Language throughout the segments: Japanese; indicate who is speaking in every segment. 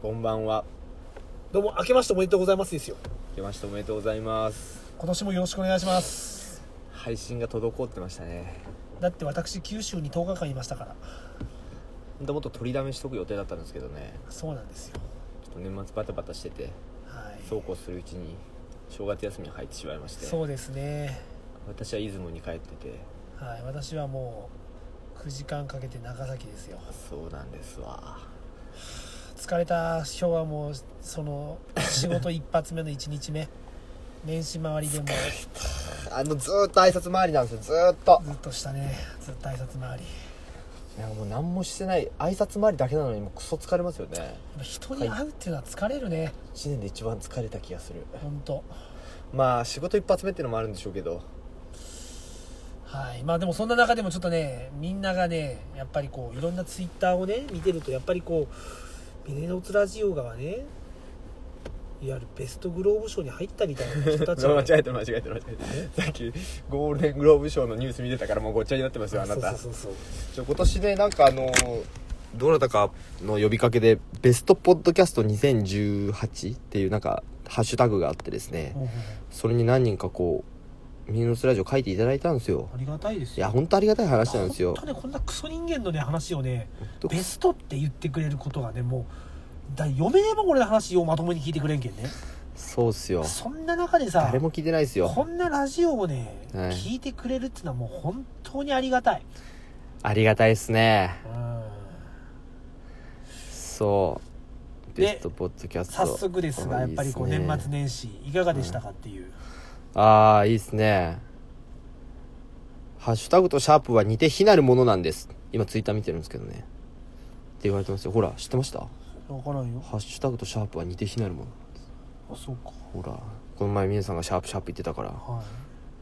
Speaker 1: こんばんは。
Speaker 2: どうも明けましておめでとうございますですよ
Speaker 1: 明けましておめでとうございます。
Speaker 2: 今年もよろしくお願いします
Speaker 1: 配信が滞ってましたね。
Speaker 2: だって私九州に10日間いましたから
Speaker 1: ほんともっと取りだめしとく予定だったんですけどね。
Speaker 2: そうなんですよ
Speaker 1: ちょっと年末バタバタしてて、
Speaker 2: はい
Speaker 1: そうこうするうちに正月休みに入ってしまいまして。
Speaker 2: そうですね
Speaker 1: 私は出雲に帰ってて。
Speaker 2: はい私はもう9時間かけて長崎ですよ
Speaker 1: そうなんですわ。
Speaker 2: 疲れた人はもうその仕事一発目の1日目 年始回りでも
Speaker 1: あの、ずーっと挨拶回りなんですよ、ずーっと。
Speaker 2: ずっとしたねずっと挨拶回り
Speaker 1: なんかもう何もしてない、挨拶回りだけなのにもうクソ疲れますよね。
Speaker 2: 人に会うっていうのは疲れるね
Speaker 1: 1年で一番疲れた気がする。
Speaker 2: 本当
Speaker 1: まあ、仕事一発目ってのもあるんでしょうけど。
Speaker 2: はいまあでもそんな中でもちょっとねみんながねやっぱりこういろんなツイッターをね見てるとやっぱりこうミネノツラジオがねいわゆるベストグローブ賞に入ったみたいな人 たち
Speaker 1: 間
Speaker 2: が
Speaker 1: 違えてる間違えてる間違えてるさっきゴールデングローブ賞のニュース見てたからもうごっちゃになってますよあなた
Speaker 2: そうそうそうそう
Speaker 1: ちょ今年ねなんかあのーどなたかの呼びかけでベストポッドキャスト2018っていうなんかハッシュタグがあってですね
Speaker 2: うんうん
Speaker 1: それに何人かこうミネノスラジオ書いていただいたんですよ
Speaker 2: ありがたいです
Speaker 1: い
Speaker 2: よ
Speaker 1: や本当ありがたい話なんですよ
Speaker 2: 本当ねこんなクソ人間のね話をねベストって言ってくれることがねもうだ読めれば俺の話をまともに聞いてくれんけんね
Speaker 1: そうっすよ
Speaker 2: そんな中でさ
Speaker 1: 誰も聞いてないですよ
Speaker 2: こんなラジオをね、
Speaker 1: はい
Speaker 2: 聞いてくれるっていうのはもう本当にありがたい、
Speaker 1: ありがたいですね
Speaker 2: うん
Speaker 1: そう
Speaker 2: で
Speaker 1: ベストポッドキャスト
Speaker 2: 早速ですがやっぱりこう
Speaker 1: いいっすね
Speaker 2: 年末年始いかがでしたかっていう、
Speaker 1: ああ、いいですね。ハッシュタグとシャープは似て非なるものなんです。今ツイッター見てるんですけどね。って言われてますよ。ほら、知ってましたハ
Speaker 2: 分からんよ
Speaker 1: ッシュタグとシャープは似て非なるもの。
Speaker 2: あそうか
Speaker 1: ほら、この前皆さんがシャープシャープ言ってたから。
Speaker 2: は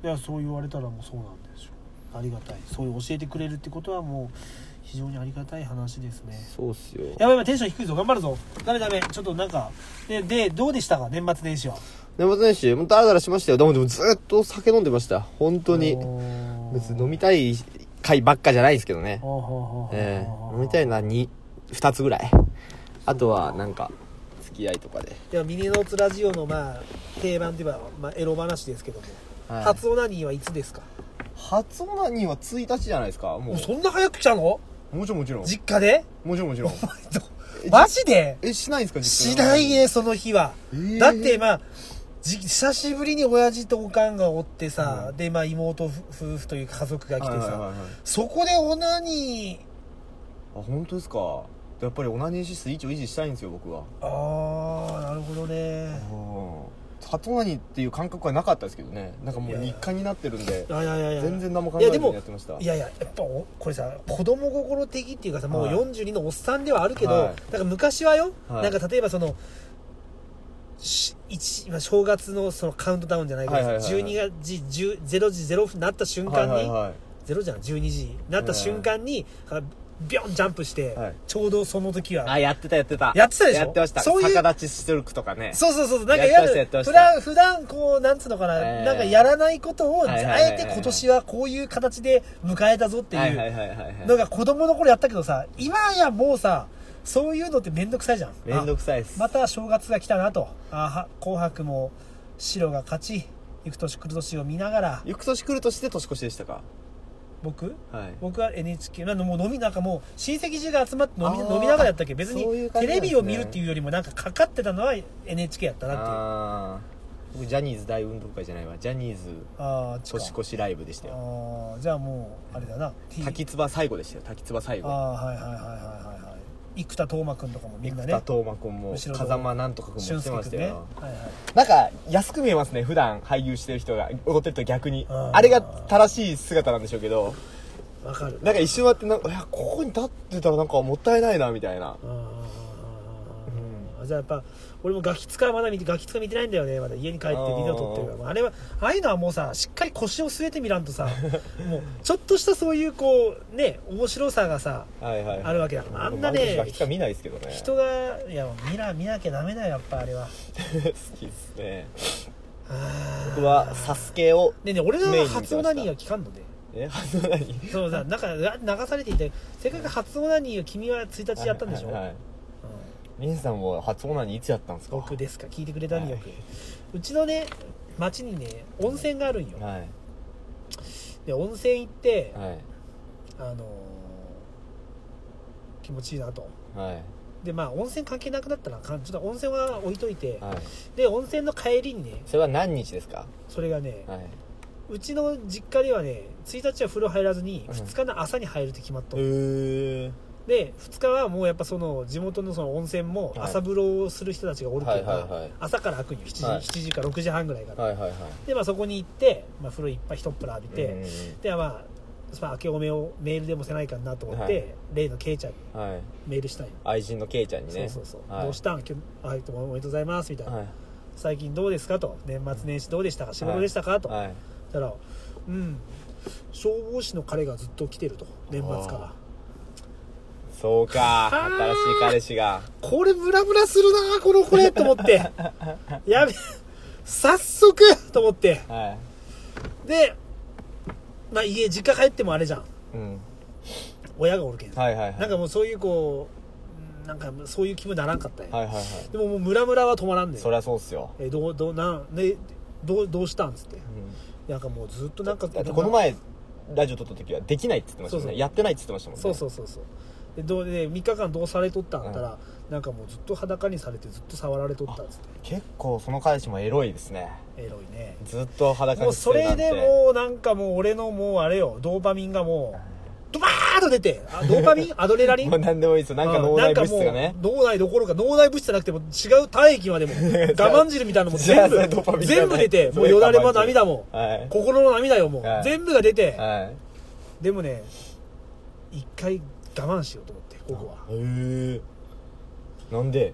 Speaker 2: いいやそう言われたらもうそうなんでしょうありがたいそういう教えてくれるってことはもう非常にありがたい話ですね
Speaker 1: そうっすよ。
Speaker 2: やばいやばいテンション低いぞ頑張るぞダメダメちょっとなんかででどうでしたか年末年始は
Speaker 1: 年末年始、もうダラダラしましたよ。でも、でもずっと酒飲んでました。本当に。別に飲みたい回ばっかじゃないですけどね。ええ飲みたい
Speaker 2: な
Speaker 1: のは2、2つぐらい。あとは、なんか、付き合いとかで。
Speaker 2: ではミニノーツラジオのまあ定番といえば、まあ、エロ話ですけども、
Speaker 1: はい
Speaker 2: 初オナニーはいつですか
Speaker 1: 初オナニーは1日じゃないですかも
Speaker 2: もうそんな早く来たの
Speaker 1: うもちろんもちろん
Speaker 2: 実家で
Speaker 1: もちろんもちろん
Speaker 2: マジで
Speaker 1: えしないんですか
Speaker 2: しないねその日は、
Speaker 1: えー
Speaker 2: だってまあじ久しぶりに親父とおかんがおってさ、でまあ妹夫夫婦という家族が来てさ、
Speaker 1: あ
Speaker 2: そこでオナニ
Speaker 1: 本当ですかやっぱりオナニー指数1を維持したいんですよ僕は
Speaker 2: ーああなるほどね、
Speaker 1: 初オナニーっていう感覚はなかったですけどねなんかもう
Speaker 2: いや
Speaker 1: 日課になってるんで
Speaker 2: あいやいやいや
Speaker 1: 全然何も考
Speaker 2: い
Speaker 1: え
Speaker 2: や
Speaker 1: ず
Speaker 2: で
Speaker 1: に
Speaker 2: も
Speaker 1: やってました
Speaker 2: いやいややっぱおこれさ子供心的っていうかさもう
Speaker 1: はい
Speaker 2: 42のおっさんではあるけど、
Speaker 1: はい
Speaker 2: なんか昔はよ、
Speaker 1: はい
Speaker 2: なんか例えばそのし一まあ正月のそのカウントダウンじゃないけど、
Speaker 1: はいはいはいはい
Speaker 2: 12月10 0時0分になった瞬間に、
Speaker 1: はいはいはい
Speaker 2: ゼロじゃん12時になった瞬間に、あビョンジャンプして、
Speaker 1: はい
Speaker 2: ちょうどその時は、
Speaker 1: あやってたやってた
Speaker 2: やってたでしょ
Speaker 1: やってました
Speaker 2: そういう
Speaker 1: 逆立ちしてるとかね
Speaker 2: そうそうそうなんか
Speaker 1: やってました
Speaker 2: や
Speaker 1: やってま
Speaker 2: る
Speaker 1: した
Speaker 2: 普段普段こうなんつうのかな、
Speaker 1: えー
Speaker 2: なんかやらないことを、
Speaker 1: はいはいはいはい
Speaker 2: あえて今年はこういう形で迎えたぞっていう、
Speaker 1: はいはいはいはいはい
Speaker 2: のが子供の頃やったけどさ今やもうさそういうのって面倒くさいじゃん
Speaker 1: めんどくさいっす
Speaker 2: あまた正月が来たなとあは紅白も白が勝ち行く年来る年を見ながら
Speaker 1: 行く年来る年で年越しでしたか
Speaker 2: 僕
Speaker 1: はい
Speaker 2: 僕は NHK なんかもう飲みなんかもう親戚中が集まって飲み
Speaker 1: あー
Speaker 2: 飲みながらやったっけ別
Speaker 1: そうい
Speaker 2: に
Speaker 1: う感
Speaker 2: テ
Speaker 1: じなん
Speaker 2: レ
Speaker 1: ですね
Speaker 2: ビを見るっていうよりもなんかかかってたのは NHK やったなっていう
Speaker 1: あー僕ジャニーズ大運動会じゃないわジャニーズ
Speaker 2: ああ
Speaker 1: 年越しライブでしたよ
Speaker 2: あーじゃあもうあれだな T
Speaker 1: 滝つば最後でしたよ滝つば最
Speaker 2: あ
Speaker 1: 後
Speaker 2: あはいはいはいはいはいはい生田斗真君とかもみんな
Speaker 1: 生
Speaker 2: ね
Speaker 1: 田斗真君も
Speaker 2: 後ろの
Speaker 1: 風間なんとか君も
Speaker 2: 俊
Speaker 1: 来てま
Speaker 2: 介
Speaker 1: し
Speaker 2: 君
Speaker 1: た
Speaker 2: ね
Speaker 1: よ、
Speaker 2: はいはい
Speaker 1: なんか安く見えますね普段俳優してる人が踊ってると逆に
Speaker 2: あ
Speaker 1: あ
Speaker 2: ー
Speaker 1: れが正しい姿なんでしょうけど
Speaker 2: わかる
Speaker 1: なんか一瞬あってなんかいやここに立ってたらなんかもったいないなみたいな
Speaker 2: あーあーじゃあやっぱ俺もガキ使はまだ見てガキ使見てないんだよねまだ家に帰ってビデオ撮ってるからあれはああいうのはもうさしっかり腰を据えてみらんとさもうちょっとしたそういうこうね面白さがさ
Speaker 1: はいはい
Speaker 2: あるわけだからあんなね
Speaker 1: 僕毎年ガキ使見ないですけどね
Speaker 2: 人がいや見な見なきゃダメだよやっぱあれは
Speaker 1: 好きですね
Speaker 2: あ
Speaker 1: 僕は「サスケを
Speaker 2: ーねえねえ俺
Speaker 1: メイン
Speaker 2: の
Speaker 1: に見てまし
Speaker 2: 初
Speaker 1: た
Speaker 2: オナニーは聞かんのね
Speaker 1: えあの何
Speaker 2: そうさなんか流されていてせっかく初オナニーを君は1日やったんでしょ、
Speaker 1: はいはい
Speaker 2: うん
Speaker 1: 皆さんも初オナニーいつやったんですか
Speaker 2: 僕ですか聞いてくれたによく、
Speaker 1: は
Speaker 2: うちのね町にね温泉があるんよ
Speaker 1: はい
Speaker 2: で温泉行って、
Speaker 1: はい
Speaker 2: あのー気持ちいいなと
Speaker 1: はい
Speaker 2: でまあ温泉関係なくなったらかんちょっと温泉は置いといて、
Speaker 1: はい
Speaker 2: で温泉の帰りにね
Speaker 1: それは何日ですか
Speaker 2: それがね、
Speaker 1: はいう
Speaker 2: ちの実家ではね1日は風呂入らずに
Speaker 1: うん
Speaker 2: 2日の朝に入るって決まっとる、
Speaker 1: え
Speaker 2: で2日はもうやっぱその地元のその温泉も
Speaker 1: はい
Speaker 2: 朝風呂をする人たちがおるけど、
Speaker 1: はいはいはい
Speaker 2: 朝から開くんよ7時,、
Speaker 1: はい
Speaker 2: 7時か6時半ぐらいから、
Speaker 1: はいはいはい
Speaker 2: でまあそこに行って、まあ、風呂いっぱいひとっぷら浴びて、
Speaker 1: うんうん
Speaker 2: でまあその明けおめをメールでもせないかなと思って、
Speaker 1: はい
Speaker 2: 例のケイちゃんに
Speaker 1: うんはい
Speaker 2: メールしたい、
Speaker 1: 愛人のケイちゃんに
Speaker 2: そ
Speaker 1: ね
Speaker 2: うそうそう、
Speaker 1: はい
Speaker 2: どうしたん今日はいどうもおめでとうございますみたいな、
Speaker 1: はい
Speaker 2: 最近どうですかと年末年始どうでしたか仕事でしたか、と、
Speaker 1: はい
Speaker 2: たらうん消防士の彼がずっと来てると年末から
Speaker 1: あそうか新しい彼氏が
Speaker 2: これムラムラするなこのこれと思って やべ早速と思って
Speaker 1: は
Speaker 2: でまあ家実家帰ってもあれじゃん
Speaker 1: いうん
Speaker 2: 親がおるけん、
Speaker 1: はいはいはい
Speaker 2: なんかもうそういうこううんなんかそういう気分にならんかったよ、
Speaker 1: はいはいはい
Speaker 2: でももうムラムラは止まらんねん
Speaker 1: そりゃそうっすよ
Speaker 2: えどうどうなんねどうどうしたんつって
Speaker 1: うん
Speaker 2: なんかもうずっとなんか
Speaker 1: だってこの前ラジオ撮った時はできないって言ってましたもん
Speaker 2: そう
Speaker 1: ね
Speaker 2: そう
Speaker 1: やってないって言ってましたもんね
Speaker 2: そうそうそうそうでどうで3日間どうされとったんったら、なんかもうずっと裸にされてずっと触られとったっつって
Speaker 1: 結構その彼氏もエロいですね
Speaker 2: エロいね
Speaker 1: ずっと裸
Speaker 2: もう
Speaker 1: に
Speaker 2: そ
Speaker 1: してるな
Speaker 2: れ
Speaker 1: んて
Speaker 2: でもうなんかもう俺のもうあれよドーパミンがもうドバーッと出てあドーパミンアドレナリ ン
Speaker 1: もう何でもいいですよなんか脳内物質がね
Speaker 2: うんなんかもう脳内どころか脳内物質じゃなくても違う体液 までも我慢汁みたいなのも
Speaker 1: じゃあ
Speaker 2: 全
Speaker 1: それドパ
Speaker 2: 部
Speaker 1: ミンじゃない
Speaker 2: 全部出てもう
Speaker 1: それ
Speaker 2: よ
Speaker 1: 我慢
Speaker 2: だ
Speaker 1: 汁
Speaker 2: れも涙も、
Speaker 1: はい
Speaker 2: 心の涙よもう、
Speaker 1: はい
Speaker 2: 全部が出て、
Speaker 1: はい
Speaker 2: でもね一回我慢しようと思ってここは
Speaker 1: へえなんでへ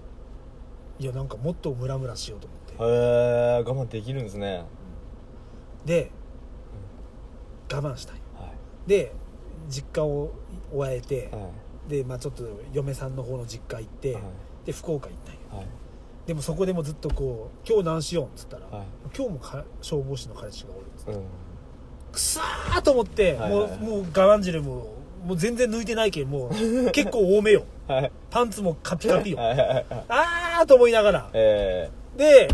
Speaker 2: いやなんかもっとムラムラしようと思って
Speaker 1: え我慢できるんですね
Speaker 2: で我慢したい
Speaker 1: は
Speaker 2: で実家を終えて
Speaker 1: いはい
Speaker 2: で、まあ、ちょっと嫁さんの方の実家行って、
Speaker 1: はい
Speaker 2: で福岡行ったんよ
Speaker 1: はい
Speaker 2: でもそこでもずっとこう「今日何しよう」っつったら「
Speaker 1: はい
Speaker 2: 今日もか消防士の彼氏がおる」っつって
Speaker 1: うん
Speaker 2: くさーと思って、
Speaker 1: はいはいはい
Speaker 2: もうもう我慢汁ももう全然抜いてないけんもう結構多めよ
Speaker 1: はい
Speaker 2: パンツもカピカピよ
Speaker 1: はいはいはい
Speaker 2: あーと思いながら
Speaker 1: え
Speaker 2: で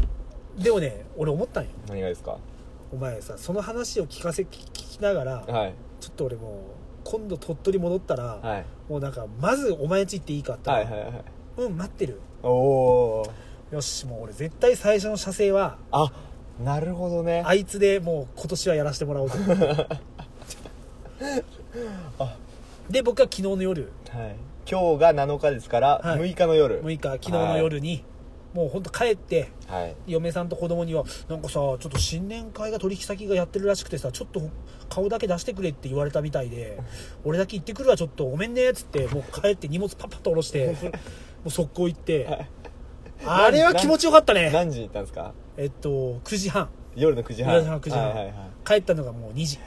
Speaker 2: でもね俺思ったんよ
Speaker 1: ー何がですか
Speaker 2: お前さその話を聞かせ聞き聞きながら
Speaker 1: はい
Speaker 2: ちょっと俺もう今度鳥取戻ったら、
Speaker 1: はい
Speaker 2: もうなんかまずお前んち行っていいかって、
Speaker 1: はいはいはい
Speaker 2: うん待ってる
Speaker 1: おおー
Speaker 2: よしもう俺絶対最初の射精は
Speaker 1: あなるほどね
Speaker 2: あいつでもう今年はやらせてもらお うとで僕は昨日の夜
Speaker 1: はい、今日が7日ですから、
Speaker 2: はい
Speaker 1: 6日の夜
Speaker 2: 6日昨日の夜に、もうほんと帰って
Speaker 1: はい
Speaker 2: 嫁さんと子供には「なんかさちょっと新年会が取引先がやってるらしくてさちょっと顔だけ出してくれ」って言われたみたいで「俺だけ行ってくるわちょっとごめんね」っつってもう帰って荷物パッパッと下ろして もう速攻行ってあれは気持ちよかったね
Speaker 1: 何時に行ったんですか
Speaker 2: えっと9時半
Speaker 1: 夜の9時半
Speaker 2: 夜の9時半
Speaker 1: はいはいはい
Speaker 2: 帰ったのがもう2時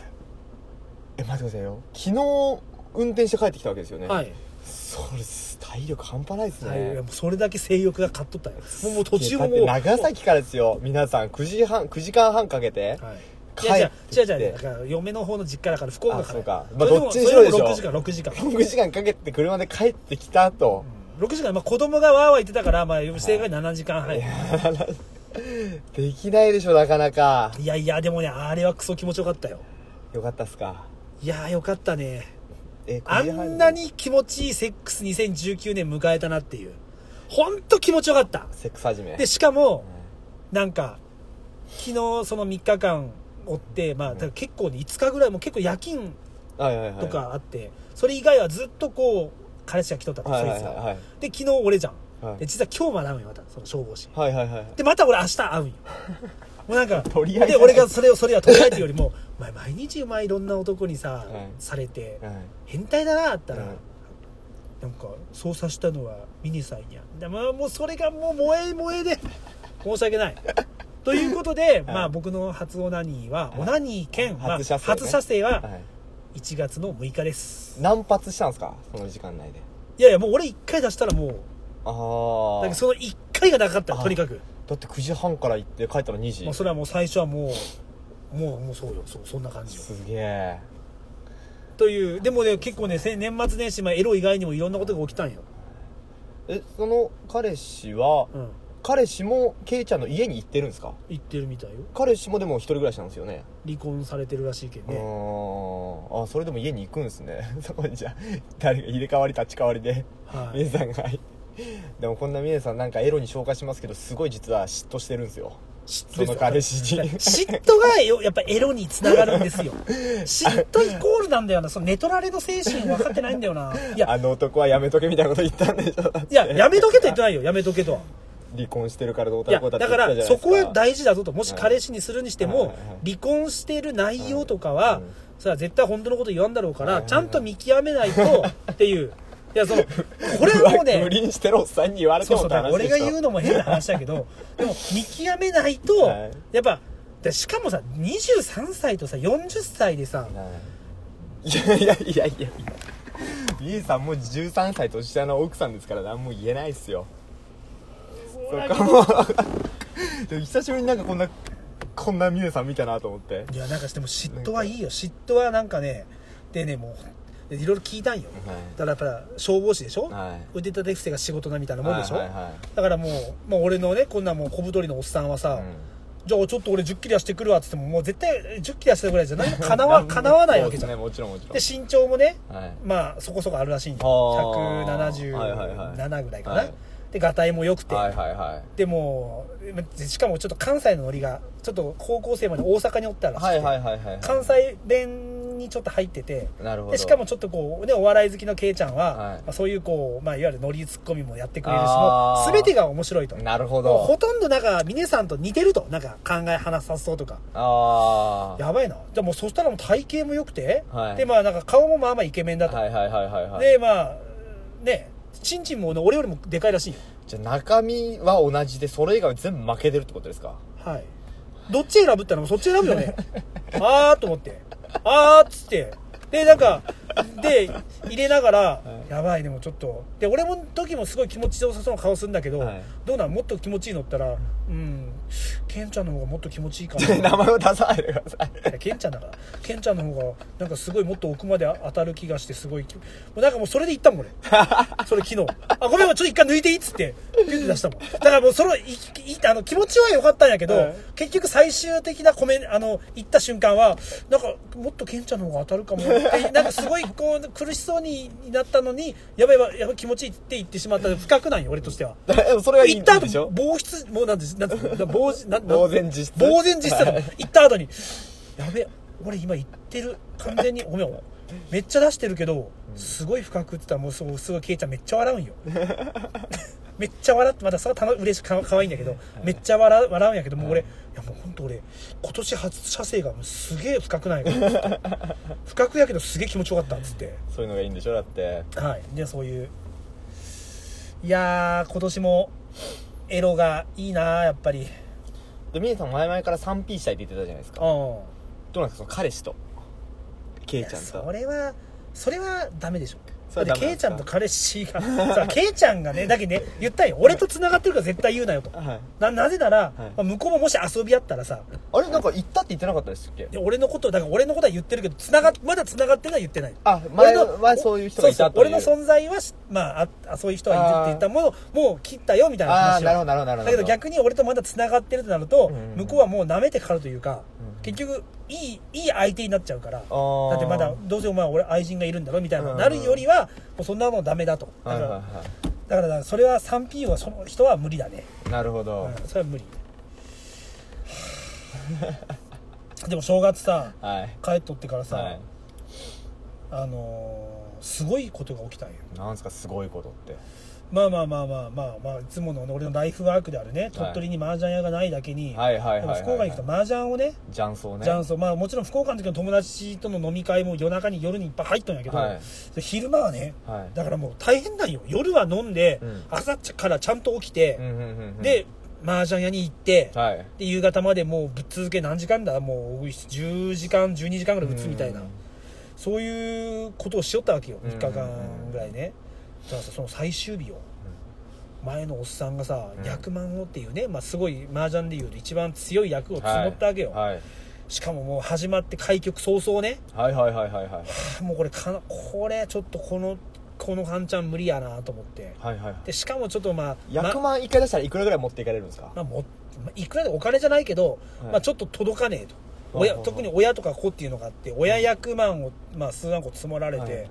Speaker 1: え待ってくださいよ昨日運転して帰ってきたわけですよね
Speaker 2: はい、
Speaker 1: それ体力半端ないですね、
Speaker 2: はいいやもうそれだけ性欲が勝っとったよもうもう途中も
Speaker 1: だ
Speaker 2: も
Speaker 1: っ
Speaker 2: う
Speaker 1: て長崎からですよ皆さん9時半9時間半かけて、
Speaker 2: はい
Speaker 1: 帰
Speaker 2: い
Speaker 1: っ
Speaker 2: や
Speaker 1: て
Speaker 2: 違う違う違うだから嫁の方の実家だから福岡
Speaker 1: あ
Speaker 2: か
Speaker 1: そう
Speaker 2: ら
Speaker 1: か、
Speaker 2: そ
Speaker 1: まあ、
Speaker 2: れで
Speaker 1: どっ
Speaker 2: も
Speaker 1: ちにしろで
Speaker 2: そ
Speaker 1: し
Speaker 2: れで
Speaker 1: ょ
Speaker 2: も6時間6時間
Speaker 1: 6時間かけて車で帰ってきたと、
Speaker 2: 6時間、まあ、子供がわーわー言ってたから、まあ、正解7時間半、い、
Speaker 1: できないでしょなかなか
Speaker 2: やいやでもねあれはクソ気持ちよかったよ
Speaker 1: よかったっすか
Speaker 2: いやーよかったね
Speaker 1: え9
Speaker 2: あ
Speaker 1: 時半
Speaker 2: んなに気持ちいいセックス2019年迎えたなっていうほんと気持ちよかった
Speaker 1: セックス始め
Speaker 2: でしかもなんか昨日その3日間追ってまあだから結構ね5日ぐらいもう結構夜勤
Speaker 1: はいはいはい
Speaker 2: とかあって、それ以外はずっとこう彼氏が来とったの
Speaker 1: はい
Speaker 2: そ
Speaker 1: はいい
Speaker 2: つ
Speaker 1: はい
Speaker 2: が、
Speaker 1: はい
Speaker 2: で昨日俺じゃん、
Speaker 1: はい
Speaker 2: で実は今日も会うんよまたその消防士
Speaker 1: はいはいはい
Speaker 2: でまた俺明日会 うんよもうなんか
Speaker 1: 取り合いじゃ
Speaker 2: で
Speaker 1: ない
Speaker 2: 俺がそれをそれは捉えてよりも「お前毎日お前いろんな男にさ、
Speaker 1: い
Speaker 2: されて
Speaker 1: はい
Speaker 2: 変態だな」ったら、
Speaker 1: うん
Speaker 2: なんか操作したのはミニさんやでももうそれがもう萌え萌えで申し訳ないということで、まあ僕の初オナニーは、オナニー兼、まあ
Speaker 1: 初射精ね
Speaker 2: 初射精は
Speaker 1: はい
Speaker 2: 1月の6日です
Speaker 1: 何発したんですかその時間内で
Speaker 2: いやいやもう俺1回出したらもう
Speaker 1: ああ
Speaker 2: だからその1回がなかったよ
Speaker 1: あ
Speaker 2: とにかく
Speaker 1: だって9時半から行って帰ったら2時
Speaker 2: もうそれはもう最初はもうもうもうそうよそうそんな感じよ
Speaker 1: すげえ
Speaker 2: というでもね結構ねせ年末年始、まあ、エロ以外にもいろんなことが起きたんよ
Speaker 1: えその彼氏は
Speaker 2: うん
Speaker 1: 彼氏もケイちゃんの家に行ってるんですか
Speaker 2: 行ってるみたいよ
Speaker 1: 彼氏もでも一人暮らしなんですよね
Speaker 2: 離婚されてるらしいけん
Speaker 1: う
Speaker 2: ね
Speaker 1: ーんあそれでも家に行くんですね そこにじゃあ誰か入れ替わり立ち替わりで
Speaker 2: は
Speaker 1: ミネ
Speaker 2: い
Speaker 1: さんがはいでもこんなミネさんなんかエロに紹介しますけどすごい実は嫉妬してるんですよ
Speaker 2: 嫉
Speaker 1: そ
Speaker 2: 妬で
Speaker 1: の
Speaker 2: す
Speaker 1: 彼氏 に
Speaker 2: 嫉妬がよやっぱエロにつながるんですよ嫉妬イコールなんだよなその寝取られの精神分かってないんだよないや
Speaker 1: あの男はやめとけみたいなこと言ったんでしょ
Speaker 2: いややめとけと言ってないよやめとけとは
Speaker 1: 離婚してるからどう
Speaker 2: い
Speaker 1: たら
Speaker 2: や
Speaker 1: こうた
Speaker 2: だ
Speaker 1: らっ
Speaker 2: か
Speaker 1: て言ってたじ
Speaker 2: ら
Speaker 1: ゃ
Speaker 2: そ
Speaker 1: ないですか
Speaker 2: こは大事だぞともし
Speaker 1: はい
Speaker 2: 彼氏にするにして
Speaker 1: は
Speaker 2: も
Speaker 1: いはい
Speaker 2: 離婚している内容とかは
Speaker 1: はいうん
Speaker 2: それは絶対本当のこと言わんだろう
Speaker 1: は
Speaker 2: か
Speaker 1: い
Speaker 2: ら
Speaker 1: はい
Speaker 2: ちゃんと見極めないとっ ていういやそのこれはもう
Speaker 1: 不
Speaker 2: ね
Speaker 1: 倫してるおっさんに言われて
Speaker 2: そう
Speaker 1: も
Speaker 2: そう
Speaker 1: って
Speaker 2: だから
Speaker 1: 話で
Speaker 2: 俺
Speaker 1: しょ
Speaker 2: が言うのも変な話だけ どでも見極めないと
Speaker 1: はい
Speaker 2: やっぱでしかもさ23歳とさ40歳でさ
Speaker 1: いやいやいやいやミネさんもう13歳年下の奥さんですから何も言えないっすよそっかもうでも久しぶりになんかこんなこんなミネさん見たなと思って
Speaker 2: いやなんかでも嫉妬はいいよ嫉妬はなんかねでねもういろいろ聞いたんよだからやっぱ消防士でしょ
Speaker 1: はい
Speaker 2: 腕立て伏せが仕事なみたいなもんでしょ
Speaker 1: はいはいはい
Speaker 2: だからもう、もう俺のね、こんなもう小太りのおっさんはさ、じゃあちょっと俺10キロ痩せてくるわって言っても、もう絶対10キロ痩せたぐらいじゃ何もかなわ、かなわないわけじゃん。
Speaker 1: そ
Speaker 2: で
Speaker 1: うですねもちろんもちろん
Speaker 2: 身長もね、
Speaker 1: はい
Speaker 2: まあそこそこあるらしいんよ。
Speaker 1: あーはいはいはい
Speaker 2: 177ぐらいかな。
Speaker 1: はい
Speaker 2: で、がたいも良くて。
Speaker 1: はいはいはい
Speaker 2: でもうしかもちょっと関西のノリがちょっと高校生まで大阪におったらしくて、
Speaker 1: はいはいはいはい
Speaker 2: 関西弁にちょっと入ってて
Speaker 1: なるほど
Speaker 2: でしかもちょっとこう、ね、お笑い好きのケイちゃんは、
Speaker 1: はい
Speaker 2: まあ、そういうこう、まあ、いわゆるノリツッコミもやってくれるしも
Speaker 1: あ
Speaker 2: う
Speaker 1: ー
Speaker 2: 全てが面白いと
Speaker 1: なるほ
Speaker 2: もうほ
Speaker 1: ど
Speaker 2: とんどなんか峰さんと似てるとなんか考え話さそうとか
Speaker 1: あ
Speaker 2: やばいなじゃあもうそしたらもう体型も良くて、
Speaker 1: はい
Speaker 2: でまあなんか顔もまあまあイケメンだ
Speaker 1: あ
Speaker 2: と、
Speaker 1: はいはいはいはいはい
Speaker 2: でまあねちんちんもね俺よりもでかいらしいよ
Speaker 1: じゃあ中身は同じでそれ以外は全部負けてるってことです か
Speaker 2: はい。どっち選ぶってのもそっち選ぶよ ね。あーっと思って。あーっつって。で、なんか、で、入れながら、やばい、でもちょっと。で、俺も時もすごい気持ちよさそうな顔するんだけど、
Speaker 1: はい
Speaker 2: どうなんもっと気持ちいいのったら、うん、ケンちゃんの方がもっと気持ちいいかな。
Speaker 1: 名前を出さないでください
Speaker 2: いやケンちゃんだから。ケンちゃんの方が、なんかすごいもっと奥まで当たる気がして、すごい気。もうなんかもうそれで言ったもん、俺。それ昨日。あ、ごめん、ちょっと一回抜いていいっつって、ピュッて出したもん。だからもうその、いいあの気持ちは良かったんやけど、
Speaker 1: はい
Speaker 2: 結局最終的なコメンあの、言った瞬間は、なんか、もっとケンちゃんの方が当たるかもって、なんかすごいこう、苦しそうになったのに、やばいやばい、やばい気持ちいいって言ってしまった。不覚なんよ、俺としては。
Speaker 1: でもそれがいい
Speaker 2: 行った
Speaker 1: ん
Speaker 2: 後
Speaker 1: でしょ
Speaker 2: 防湿もうなんですなんてなん防じなん
Speaker 1: 呆然自失
Speaker 2: 呆然自失だと行った後にやべ俺今行ってる完全にごめんめっちゃ出してるけどすごい深く打ってたらもうそうすごいケイちゃんめっちゃ笑うんよ めっちゃ笑ってまたそれは楽嬉しくか可愛いんだけどめっちゃ笑う笑うんやけどもう俺いやもう本当俺今年初射精がもうすげえ深くな いからつって深くやけどすげえ気持ちよかったっつって
Speaker 1: そういうのがいいんでしょだって
Speaker 2: はい、じゃあそういういやー今年もエロがいいなーやっぱりうん
Speaker 1: でミネさん前々から 3P したいって言ってたじゃないですかどうなんですかその彼氏とケイちゃんと
Speaker 2: それはそれはダメでしょ
Speaker 1: そ
Speaker 2: だっ
Speaker 1: れ
Speaker 2: て
Speaker 1: はダメな
Speaker 2: ケ
Speaker 1: ん
Speaker 2: イ
Speaker 1: ですか
Speaker 2: ちゃんと彼氏がさケイちゃんがねだけね言ったんよ俺と繋がってるから絶対言うなよと
Speaker 1: はい
Speaker 2: ななぜなら、
Speaker 1: はい
Speaker 2: まあ向こうももし遊びあったらさ
Speaker 1: あれなんか行ったって言ってなかったですっけ
Speaker 2: で俺のことだから俺のことは言ってるけど繋がっまだ繋がってるのは言ってない
Speaker 1: あ前
Speaker 2: 俺の
Speaker 1: はそういう人がいた
Speaker 2: そう
Speaker 1: と
Speaker 2: そう
Speaker 1: いう
Speaker 2: 俺の存在はしまあああそういう人はいるって言ったものをもう切ったよみたいな
Speaker 1: ああー
Speaker 2: 話を
Speaker 1: なるほどなるほどなるほど
Speaker 2: だけど逆に俺とまだ繋がってるとなると、
Speaker 1: うん
Speaker 2: 向こうはもう舐めてかかるというか、
Speaker 1: うん
Speaker 2: 結局いいいい相手になっちゃうから、
Speaker 1: ああ
Speaker 2: だってまだどうせお前は俺愛人がいるんだろみたいな、
Speaker 1: うん
Speaker 2: なるよりはもうそんなもんダメだとだ
Speaker 1: は
Speaker 2: か
Speaker 1: い
Speaker 2: ら,、
Speaker 1: はいは
Speaker 2: だからそれは 3P はその人は無理だね、
Speaker 1: いなるほど、
Speaker 2: うんそれは無理 でも正月さ
Speaker 1: はい
Speaker 2: 帰っとってからさ、
Speaker 1: はい
Speaker 2: あのーすごいことが起きたんよ
Speaker 1: なんですかすごいことって
Speaker 2: まあまあまあまあまあまあいつもの俺のライフワークであるね鳥取に麻雀屋がないだけに、
Speaker 1: はいはいはいはい、はい、
Speaker 2: やっぱ福岡に行くと麻雀をね
Speaker 1: 雀荘ね
Speaker 2: 雀荘まあもちろん福岡の時の友達との飲み会も夜中に夜にいっぱい入ったんやけど、
Speaker 1: はい
Speaker 2: で昼間はね
Speaker 1: はい
Speaker 2: だからもう大変なんよ夜は飲んで、
Speaker 1: うん
Speaker 2: 朝からちゃんと起きて
Speaker 1: う、んうんうんうん
Speaker 2: で麻雀屋に行って、
Speaker 1: はい
Speaker 2: で夕方までもうぶっ続け何時間だもう10時間12時間ぐらい打つみたいな、
Speaker 1: うん
Speaker 2: そういうことをしよったわけよ
Speaker 1: うん
Speaker 2: 3日間ぐらいね、じゃあさその最終日を前のおっさんがさ、
Speaker 1: うん
Speaker 2: 役満をっていうね、まあ、すごい麻雀でいうと一番強い役を
Speaker 1: はい
Speaker 2: 募ったわけよ、
Speaker 1: はい
Speaker 2: しかももう始まって開局早々ね
Speaker 1: はいはいはいはいはい
Speaker 2: あもうこれかなこれちょっとこのこのカンちゃん無理やなと思って
Speaker 1: はいはい
Speaker 2: でしかもちょっとまあ
Speaker 1: 100
Speaker 2: ま
Speaker 1: 万一回出したらいくらぐらい持っていかれるんですか
Speaker 2: まあもまあいくらでお金じゃないけど、
Speaker 1: はい
Speaker 2: まあ、ちょっと届かねえと
Speaker 1: うん
Speaker 2: 親
Speaker 1: うん
Speaker 2: 特に親とか子っていうのがあって親役満を、まあ、数万個積もられて、
Speaker 1: はい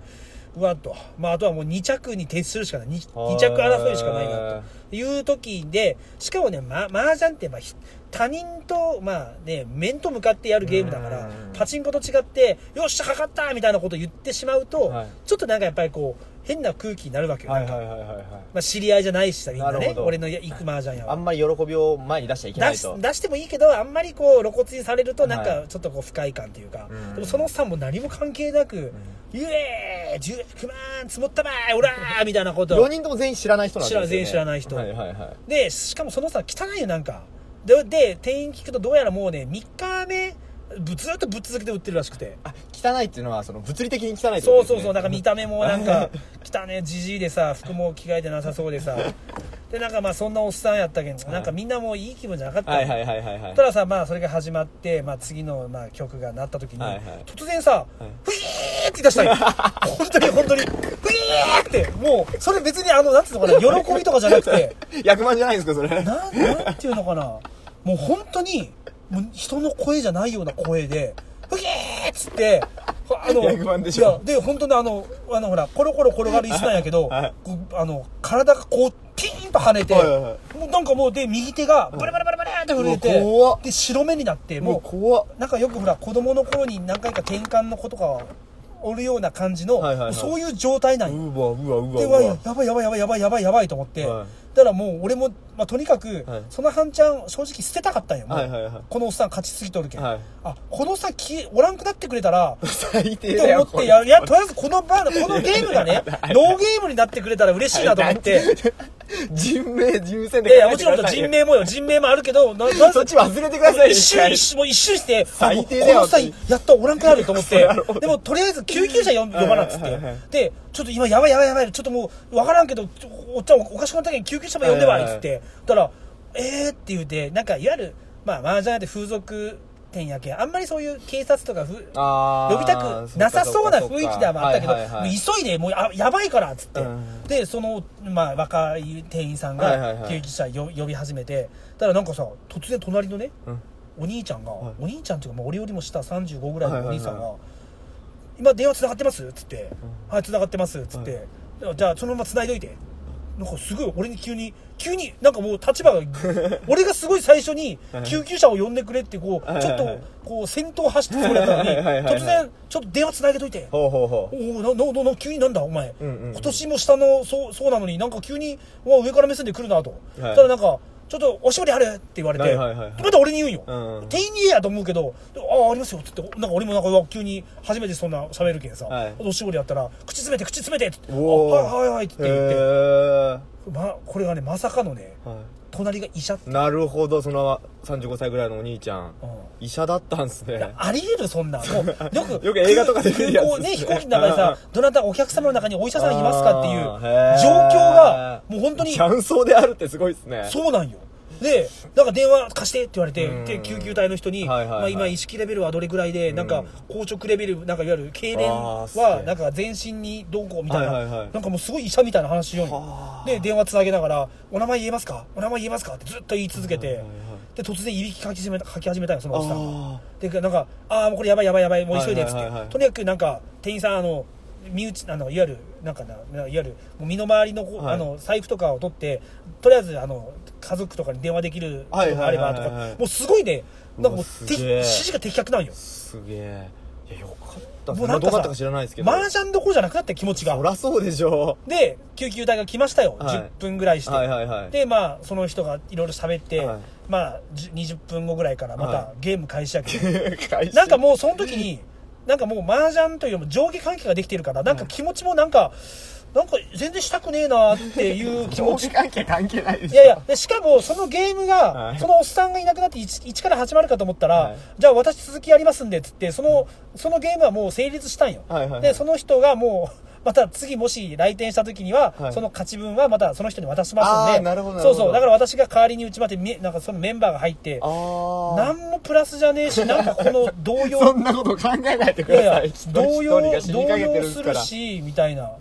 Speaker 1: う
Speaker 2: わっと、まあ、あとはもう2着に徹するしかない 2,
Speaker 1: はい
Speaker 2: 着争いしかないなという時でしかもね、ま、麻雀ってまあひ他人と、まあね、面と向かってやるゲームだから
Speaker 1: うん
Speaker 2: パチンコと違ってよっしゃかかったみたいなことを言ってしまうと、
Speaker 1: はい
Speaker 2: ちょっとなんかやっぱりこう変な空気になるわけよ、
Speaker 1: はい
Speaker 2: な
Speaker 1: は
Speaker 2: んか
Speaker 1: いはいはいはい
Speaker 2: まあ、知り合いじゃないしさみんな
Speaker 1: なる
Speaker 2: ね
Speaker 1: ほど
Speaker 2: 俺の行く麻雀やは。
Speaker 1: あんまり喜びを前に出しちゃいけない
Speaker 2: 出し
Speaker 1: と
Speaker 2: 出してもいいけどあんまりこう露骨にされるとなん
Speaker 1: は
Speaker 2: か
Speaker 1: い
Speaker 2: ちょっとこう不快感というか、
Speaker 1: うん
Speaker 2: でもその差も何も関係なく「イエーイ !19 万積もったばーいオラー!」みたいなこと
Speaker 1: 4人とも全員知らない人なんですよ、ね、
Speaker 2: 知ら全員知らない人
Speaker 1: はいはいはい
Speaker 2: でしかもその差汚いよなんかでで店員聞くとどうやらもうね3日目ぶずっとぶっ続けて売ってるらしくて
Speaker 1: あ汚いっていうのはその物理的に汚いってことです、ね、
Speaker 2: そうそうそうなんか見た目もなん か汚ねじじいでさ服も着替えてなさそうでさでなんかまあそんなおっさんやったけんなんかみんなもういい気分じゃなかったの
Speaker 1: はいはいはいはいはい
Speaker 2: たださ、まあ、それが始まって、まあ、次の、まあ、曲が鳴った時に、
Speaker 1: はいはい
Speaker 2: 突然さ、ふいーって言い出したの本当に本当に、ふいーって、もう、それ別にあの、なんつうのかな、喜びとかじゃなくて、
Speaker 1: 役満じゃないんですかそれ
Speaker 2: なん、なんていうのかな、もう本当に、もう人の声じゃないような声で、ふいーっつって、あ
Speaker 1: 逆番でしょ
Speaker 2: いや、で、本当にあの、あの、ほら、コロコロ転がる椅子なんやけど、
Speaker 1: はい
Speaker 2: こうあの、体がこう、ピーンと跳ねて、
Speaker 1: はいはいは
Speaker 2: もうなんかもう、で、右手が、バラバラバラバラって震えて、
Speaker 1: うわ怖っ
Speaker 2: で、白目になって、
Speaker 1: もう
Speaker 2: も
Speaker 1: 怖っ
Speaker 2: う、なんかよくほら、子供の頃に何回か転換の子とか、おるような感じの、
Speaker 1: はいはいはい
Speaker 2: そういう状態なんよ。
Speaker 1: うわうわうわ
Speaker 2: で
Speaker 1: う
Speaker 2: わ
Speaker 1: わ
Speaker 2: ややばいやばいやばいやばいやばいやばいと思って、
Speaker 1: はい
Speaker 2: だからもう俺も、まあ、とにかく、
Speaker 1: はい
Speaker 2: その半ちゃん正直捨てたかったんよ、もう
Speaker 1: はいはいはい
Speaker 2: このおっさん勝ちすぎとるけん、
Speaker 1: はい
Speaker 2: あこのおっさんきおらんくなってくれた ら
Speaker 1: 最低
Speaker 2: と
Speaker 1: だ
Speaker 2: 思
Speaker 1: よ
Speaker 2: っていやいやとりあえずこのバーこのゲーム がねノーゲームになってくれたら嬉しいなと思って、
Speaker 1: 人命優先で考
Speaker 2: で
Speaker 1: え
Speaker 2: も
Speaker 1: て
Speaker 2: ち
Speaker 1: く
Speaker 2: ろ
Speaker 1: だ
Speaker 2: ん
Speaker 1: さい
Speaker 2: 人
Speaker 1: よ
Speaker 2: 命もよ人命もあるけどなな
Speaker 1: そっち忘れてくださいよ
Speaker 2: 一瞬一瞬もう一瞬して
Speaker 1: 最低だよ
Speaker 2: あもうこの際やっとおらんくなると思っ
Speaker 1: そう
Speaker 2: て
Speaker 1: やろ
Speaker 2: でもとりあえず救急車呼ん呼ばなっつっ
Speaker 1: はい
Speaker 2: て
Speaker 1: はいはい
Speaker 2: でちょっと今やばいやばいやばいちょっともうわからんけどちょおっちゃんおかしくなったけん救急車も呼んで
Speaker 1: は
Speaker 2: はいっ
Speaker 1: はい
Speaker 2: つ
Speaker 1: はい
Speaker 2: ってだからえーって言うてなんかいわゆるまあ麻雀屋って風俗店やけんあんまりそういう警察とかふ
Speaker 1: あー
Speaker 2: 呼びたくなさそうな雰囲気ではあったけど、
Speaker 1: はいはいはい
Speaker 2: もう急いでもうあやばいからっつって、
Speaker 1: うん
Speaker 2: でその、まあ、若い店員さん
Speaker 1: はいはい
Speaker 2: が
Speaker 1: はい
Speaker 2: 救急車よ呼び始めてだからなんかさ突然隣のね
Speaker 1: うん
Speaker 2: お兄ちゃんが、
Speaker 1: はい
Speaker 2: お兄ちゃんっていうか、まあ、俺よりも下35ぐらいのお兄さんが「
Speaker 1: はいはい
Speaker 2: 今電話つながってます?」っつって「はいつながってます」っつって、じゃあそのままつないどいて」なんかすごい俺に急に急になんかもう立場が 俺がすごい最初に救急車を呼んでくれってこ
Speaker 1: は
Speaker 2: う
Speaker 1: い
Speaker 2: ちょっ
Speaker 1: はいはい
Speaker 2: とこう先頭走ってそれたのに
Speaker 1: はいはいはいはい
Speaker 2: 突然ちょっと電話つなげといて
Speaker 1: ほうほうほう
Speaker 2: おおなななな急になんだお前、
Speaker 1: うんうんうん
Speaker 2: 今年も下のそうそうなのになんか急にうわ上から目線で来るなと、
Speaker 1: はい
Speaker 2: ただなんかちょっとおしぼりあるって言われて、
Speaker 1: はいはいはいはい
Speaker 2: また俺に言うんよ、
Speaker 1: うんうん
Speaker 2: 店員に言えやと思うけどでああありますよって言ってなんか俺もなんかうわ急に初めてそんな喋るけんさ、
Speaker 1: はい
Speaker 2: おしぼりやったら口詰めて口詰めてって言ってあ
Speaker 1: おー
Speaker 2: はいはいはいって言って言って、
Speaker 1: へ
Speaker 2: ま、これがねまさかのね
Speaker 1: ーは
Speaker 2: 隣が医者って
Speaker 1: いなるほどその35歳ぐらいのお兄ちゃん
Speaker 2: うん
Speaker 1: 医者だったんすね
Speaker 2: あり得るそんなもう よく
Speaker 1: よく映画とかで見るやつ
Speaker 2: 空港ね飛行機の中で さどなたお客様の中にお医者さんいますかっていう
Speaker 1: あーへー
Speaker 2: 状況がもう本当に
Speaker 1: キャンソーであるってすごいっすね
Speaker 2: そうなんよでなんか電話貸してって言われて
Speaker 1: うん
Speaker 2: で救急隊の人に、
Speaker 1: はいはいはい
Speaker 2: まあ、今意識レベルはどれぐらいで、なんか硬直レベルなんかいわゆる痙攣
Speaker 1: あーすげ
Speaker 2: は
Speaker 1: え
Speaker 2: なんか全身にどうこうみたいな、
Speaker 1: はいはいはい
Speaker 2: なんかもうすごい医者みたいな話より
Speaker 1: はあ
Speaker 2: で電話つなげながら「お名前言えますかお名前言えますか?」ってずっと言い続けて、
Speaker 1: はいはいは
Speaker 2: で突然いびきかき始めたかき始めたんよそのおじさんが。
Speaker 1: あ
Speaker 2: でなんか「ああもうこれやばいやばいやばいもう急いで」っつって、
Speaker 1: はいはいはいはい
Speaker 2: とにかくなんか店員さんあの身内あのいわゆるなんかないわゆるもう身の回りの,、
Speaker 1: はい
Speaker 2: あの財布とかを取ってとりあえずあの家族とかに電話できること
Speaker 1: はい
Speaker 2: があ
Speaker 1: はい
Speaker 2: れ
Speaker 1: は
Speaker 2: ば
Speaker 1: い
Speaker 2: と
Speaker 1: はい
Speaker 2: か
Speaker 1: はい
Speaker 2: もうすごいねなんかも
Speaker 1: うわ
Speaker 2: う
Speaker 1: す
Speaker 2: て
Speaker 1: げえ
Speaker 2: 指示が的確なんよ
Speaker 1: ーすげえいやよかったっすねま
Speaker 2: もうな
Speaker 1: あ
Speaker 2: ん
Speaker 1: どう
Speaker 2: か
Speaker 1: だっ
Speaker 2: さ
Speaker 1: たか知らないですけど
Speaker 2: 麻雀どころじゃなくなって気持ちが
Speaker 1: そらそうでしょ
Speaker 2: で救急隊が来ましたよ、
Speaker 1: はい
Speaker 2: 10分ぐらいして、
Speaker 1: はいはいはい
Speaker 2: でまあその人がいろいろ喋って、
Speaker 1: はい
Speaker 2: まあじゅ20分後ぐらいからまた
Speaker 1: は
Speaker 2: ゲーム開始やけど、
Speaker 1: 返し
Speaker 2: なんかもうその時に、なんかもう麻雀というよりも上下関係ができてるから、なんか気持ちもなんか、なんか全然したくねえなってい う気持
Speaker 1: 上
Speaker 2: ち。
Speaker 1: 下関係関係ないでしょ
Speaker 2: いやいや、でしかもそのゲームが、
Speaker 1: はい
Speaker 2: そのおっさんがいなくなって一一から始まるかと思ったら、
Speaker 1: はい
Speaker 2: じゃあ私続きやりますんでっつって、その、そのゲームはもう成立したんよ。
Speaker 1: はいはいはい
Speaker 2: で、その人がもう、また次もし来店した時には、
Speaker 1: はい
Speaker 2: その勝ち分はまたその人に渡しますん
Speaker 1: あ
Speaker 2: で
Speaker 1: ーなるほどなる
Speaker 2: そ
Speaker 1: ほ
Speaker 2: う
Speaker 1: ど
Speaker 2: そうだから私が代わりにうちまでめなんかそのメンバーが入って
Speaker 1: あー
Speaker 2: 何もプラスじゃねえしなんかこの動
Speaker 1: そ
Speaker 2: 揺
Speaker 1: んなこと考えないで
Speaker 2: い
Speaker 1: くださ
Speaker 2: や
Speaker 1: い
Speaker 2: いや
Speaker 1: 一人一人
Speaker 2: 動揺
Speaker 1: が死
Speaker 2: 動
Speaker 1: にかけて
Speaker 2: 揺
Speaker 1: るんですすか
Speaker 2: る
Speaker 1: ら
Speaker 2: しみたいな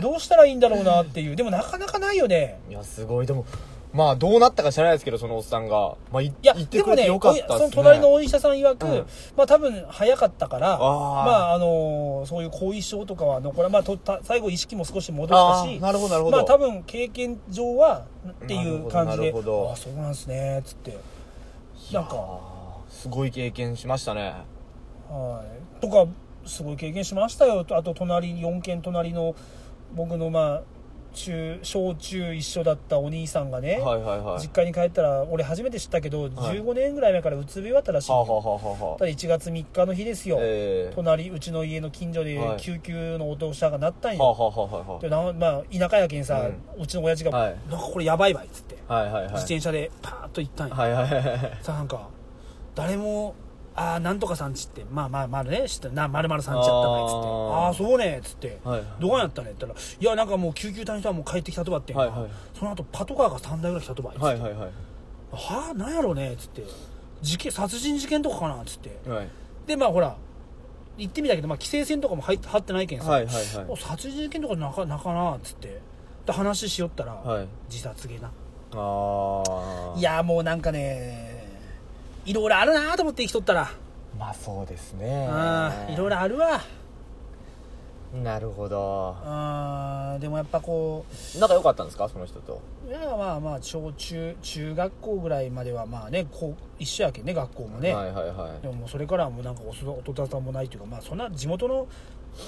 Speaker 2: どうしたらいいんだろうなっていうでもなかなかないよね
Speaker 1: いやすごいでもまあどうなったか知らないですけどそのおっさんがまあい
Speaker 2: いや
Speaker 1: 言っ
Speaker 2: で
Speaker 1: てく
Speaker 2: も
Speaker 1: れて
Speaker 2: ね
Speaker 1: よかったですね
Speaker 2: おその隣のお医者さん曰く、
Speaker 1: うん
Speaker 2: まあ多分早かったか
Speaker 1: ー
Speaker 2: らまああのーそういう後遺症とかは残らまあとた最後意識も少し戻
Speaker 1: あ
Speaker 2: し
Speaker 1: ー
Speaker 2: たし
Speaker 1: なるほどなるほど
Speaker 2: まあ多分経験上はっていう感じ
Speaker 1: なる
Speaker 2: で
Speaker 1: ほどなるほど
Speaker 2: あそうなんですねつってなんか
Speaker 1: あーすごい経験しましたね
Speaker 2: はいとかすごい経験しましたよとあと隣4軒隣の僕のまあ中小中一緒だったお兄さんがね、
Speaker 1: はいはいはい
Speaker 2: 実家に帰ったら俺初めて知ったけど、
Speaker 1: はい
Speaker 2: 15年ぐらい前からうつ病だったらしい
Speaker 1: はあ
Speaker 2: ん
Speaker 1: は
Speaker 2: よ
Speaker 1: あはあはあ
Speaker 2: ただ1月3日の日ですよ、
Speaker 1: ええ
Speaker 2: 隣うちの家の近所で
Speaker 1: はい
Speaker 2: 救急のお父さんがなったん
Speaker 1: はあ
Speaker 2: よ、
Speaker 1: はあはあは
Speaker 2: でなまあ、田舎やけんさ、うちの親父が、
Speaker 1: はい
Speaker 2: なんかこれやばいわい」っつって、
Speaker 1: あはいはいはい
Speaker 2: 自転車でパーッと行ったんよ、
Speaker 1: はいはいはいはい
Speaker 2: さあなんか誰も「ああなんとかさんち」って「まあまあまあね」知ってな「まるまるさんちやったね」
Speaker 1: あ
Speaker 2: っつって「
Speaker 1: ー
Speaker 2: ああーそうね」っつって「
Speaker 1: はい
Speaker 2: どこやったね」って言ったら「いやなんかもう救急隊の人はもう帰ってきたとばってんか、
Speaker 1: はいはい
Speaker 2: その後パトカーが3台ぐらい来たとばいっつって、
Speaker 1: はいはいはい
Speaker 2: はあなんやろうねっつって事件殺人事件とかかなっつって
Speaker 1: はい
Speaker 2: でまあほら行ってみたけど、まあ、規制線とかも入って張ってないけんさ、
Speaker 1: はいはいはい
Speaker 2: お殺人事件とかなかなかなっつってで話しよったら、
Speaker 1: はい
Speaker 2: 自殺げな
Speaker 1: ああ
Speaker 2: いやもうなんかねいろいろあるなと思って生きとったら、
Speaker 1: まあそうですね
Speaker 2: うんいろいろあるわ
Speaker 1: なるほど
Speaker 2: うんでもやっぱこ
Speaker 1: 仲良かったんですかその人と
Speaker 2: ういやまあまあ小中中学校ぐらいまではまあねこう一緒やけんね学校もね、
Speaker 1: はいはいはい
Speaker 2: でももうそれからはもうなんかおそ音沙汰もないというかまあそんな地元の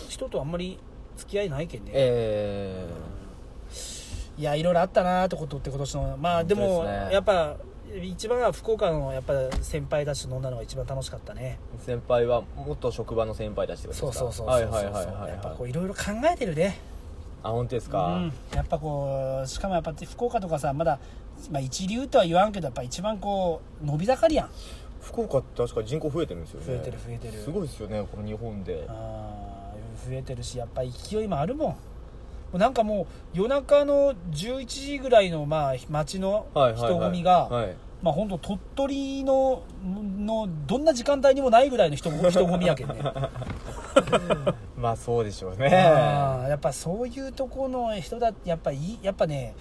Speaker 2: 人とあんまり付き合いないけんね
Speaker 1: え
Speaker 2: いやいろいろあったなーってことって今年のまあでも
Speaker 1: 本当ですね
Speaker 2: やっぱ一番は福岡のやっぱ先輩たちと飲んだのが一番楽しかったね
Speaker 1: え先輩は元職場の先輩たちってこと
Speaker 2: そ
Speaker 1: で
Speaker 2: う
Speaker 1: すか
Speaker 2: そうそう
Speaker 1: は
Speaker 2: そ
Speaker 1: いうはい
Speaker 2: そう
Speaker 1: はい
Speaker 2: そう
Speaker 1: はい
Speaker 2: やっぱこ
Speaker 1: はいう
Speaker 2: いろいろ考えてるね
Speaker 1: あ本当です
Speaker 2: う
Speaker 1: か
Speaker 2: んやっぱこうしかもやっぱ福岡とかさまだまあ一流とは言わんけどやっぱ一番こう伸び盛りやん
Speaker 1: 福岡って確か人口増えてるんですよね
Speaker 2: 増えてる増えてる
Speaker 1: すごいですよねこの日本で
Speaker 2: あー増えてるしやっぱ勢いもあるもんもうなんかもう夜中の11時ぐらいのまあ街の
Speaker 1: はいはいはい
Speaker 2: 人混みが
Speaker 1: はい
Speaker 2: まあ本当鳥取ののどんな時間帯にもないぐらいの人も人混みやけんね
Speaker 1: まあそうでしょうね
Speaker 2: あーやっぱそういうとこの人だってやっぱいいやっぱね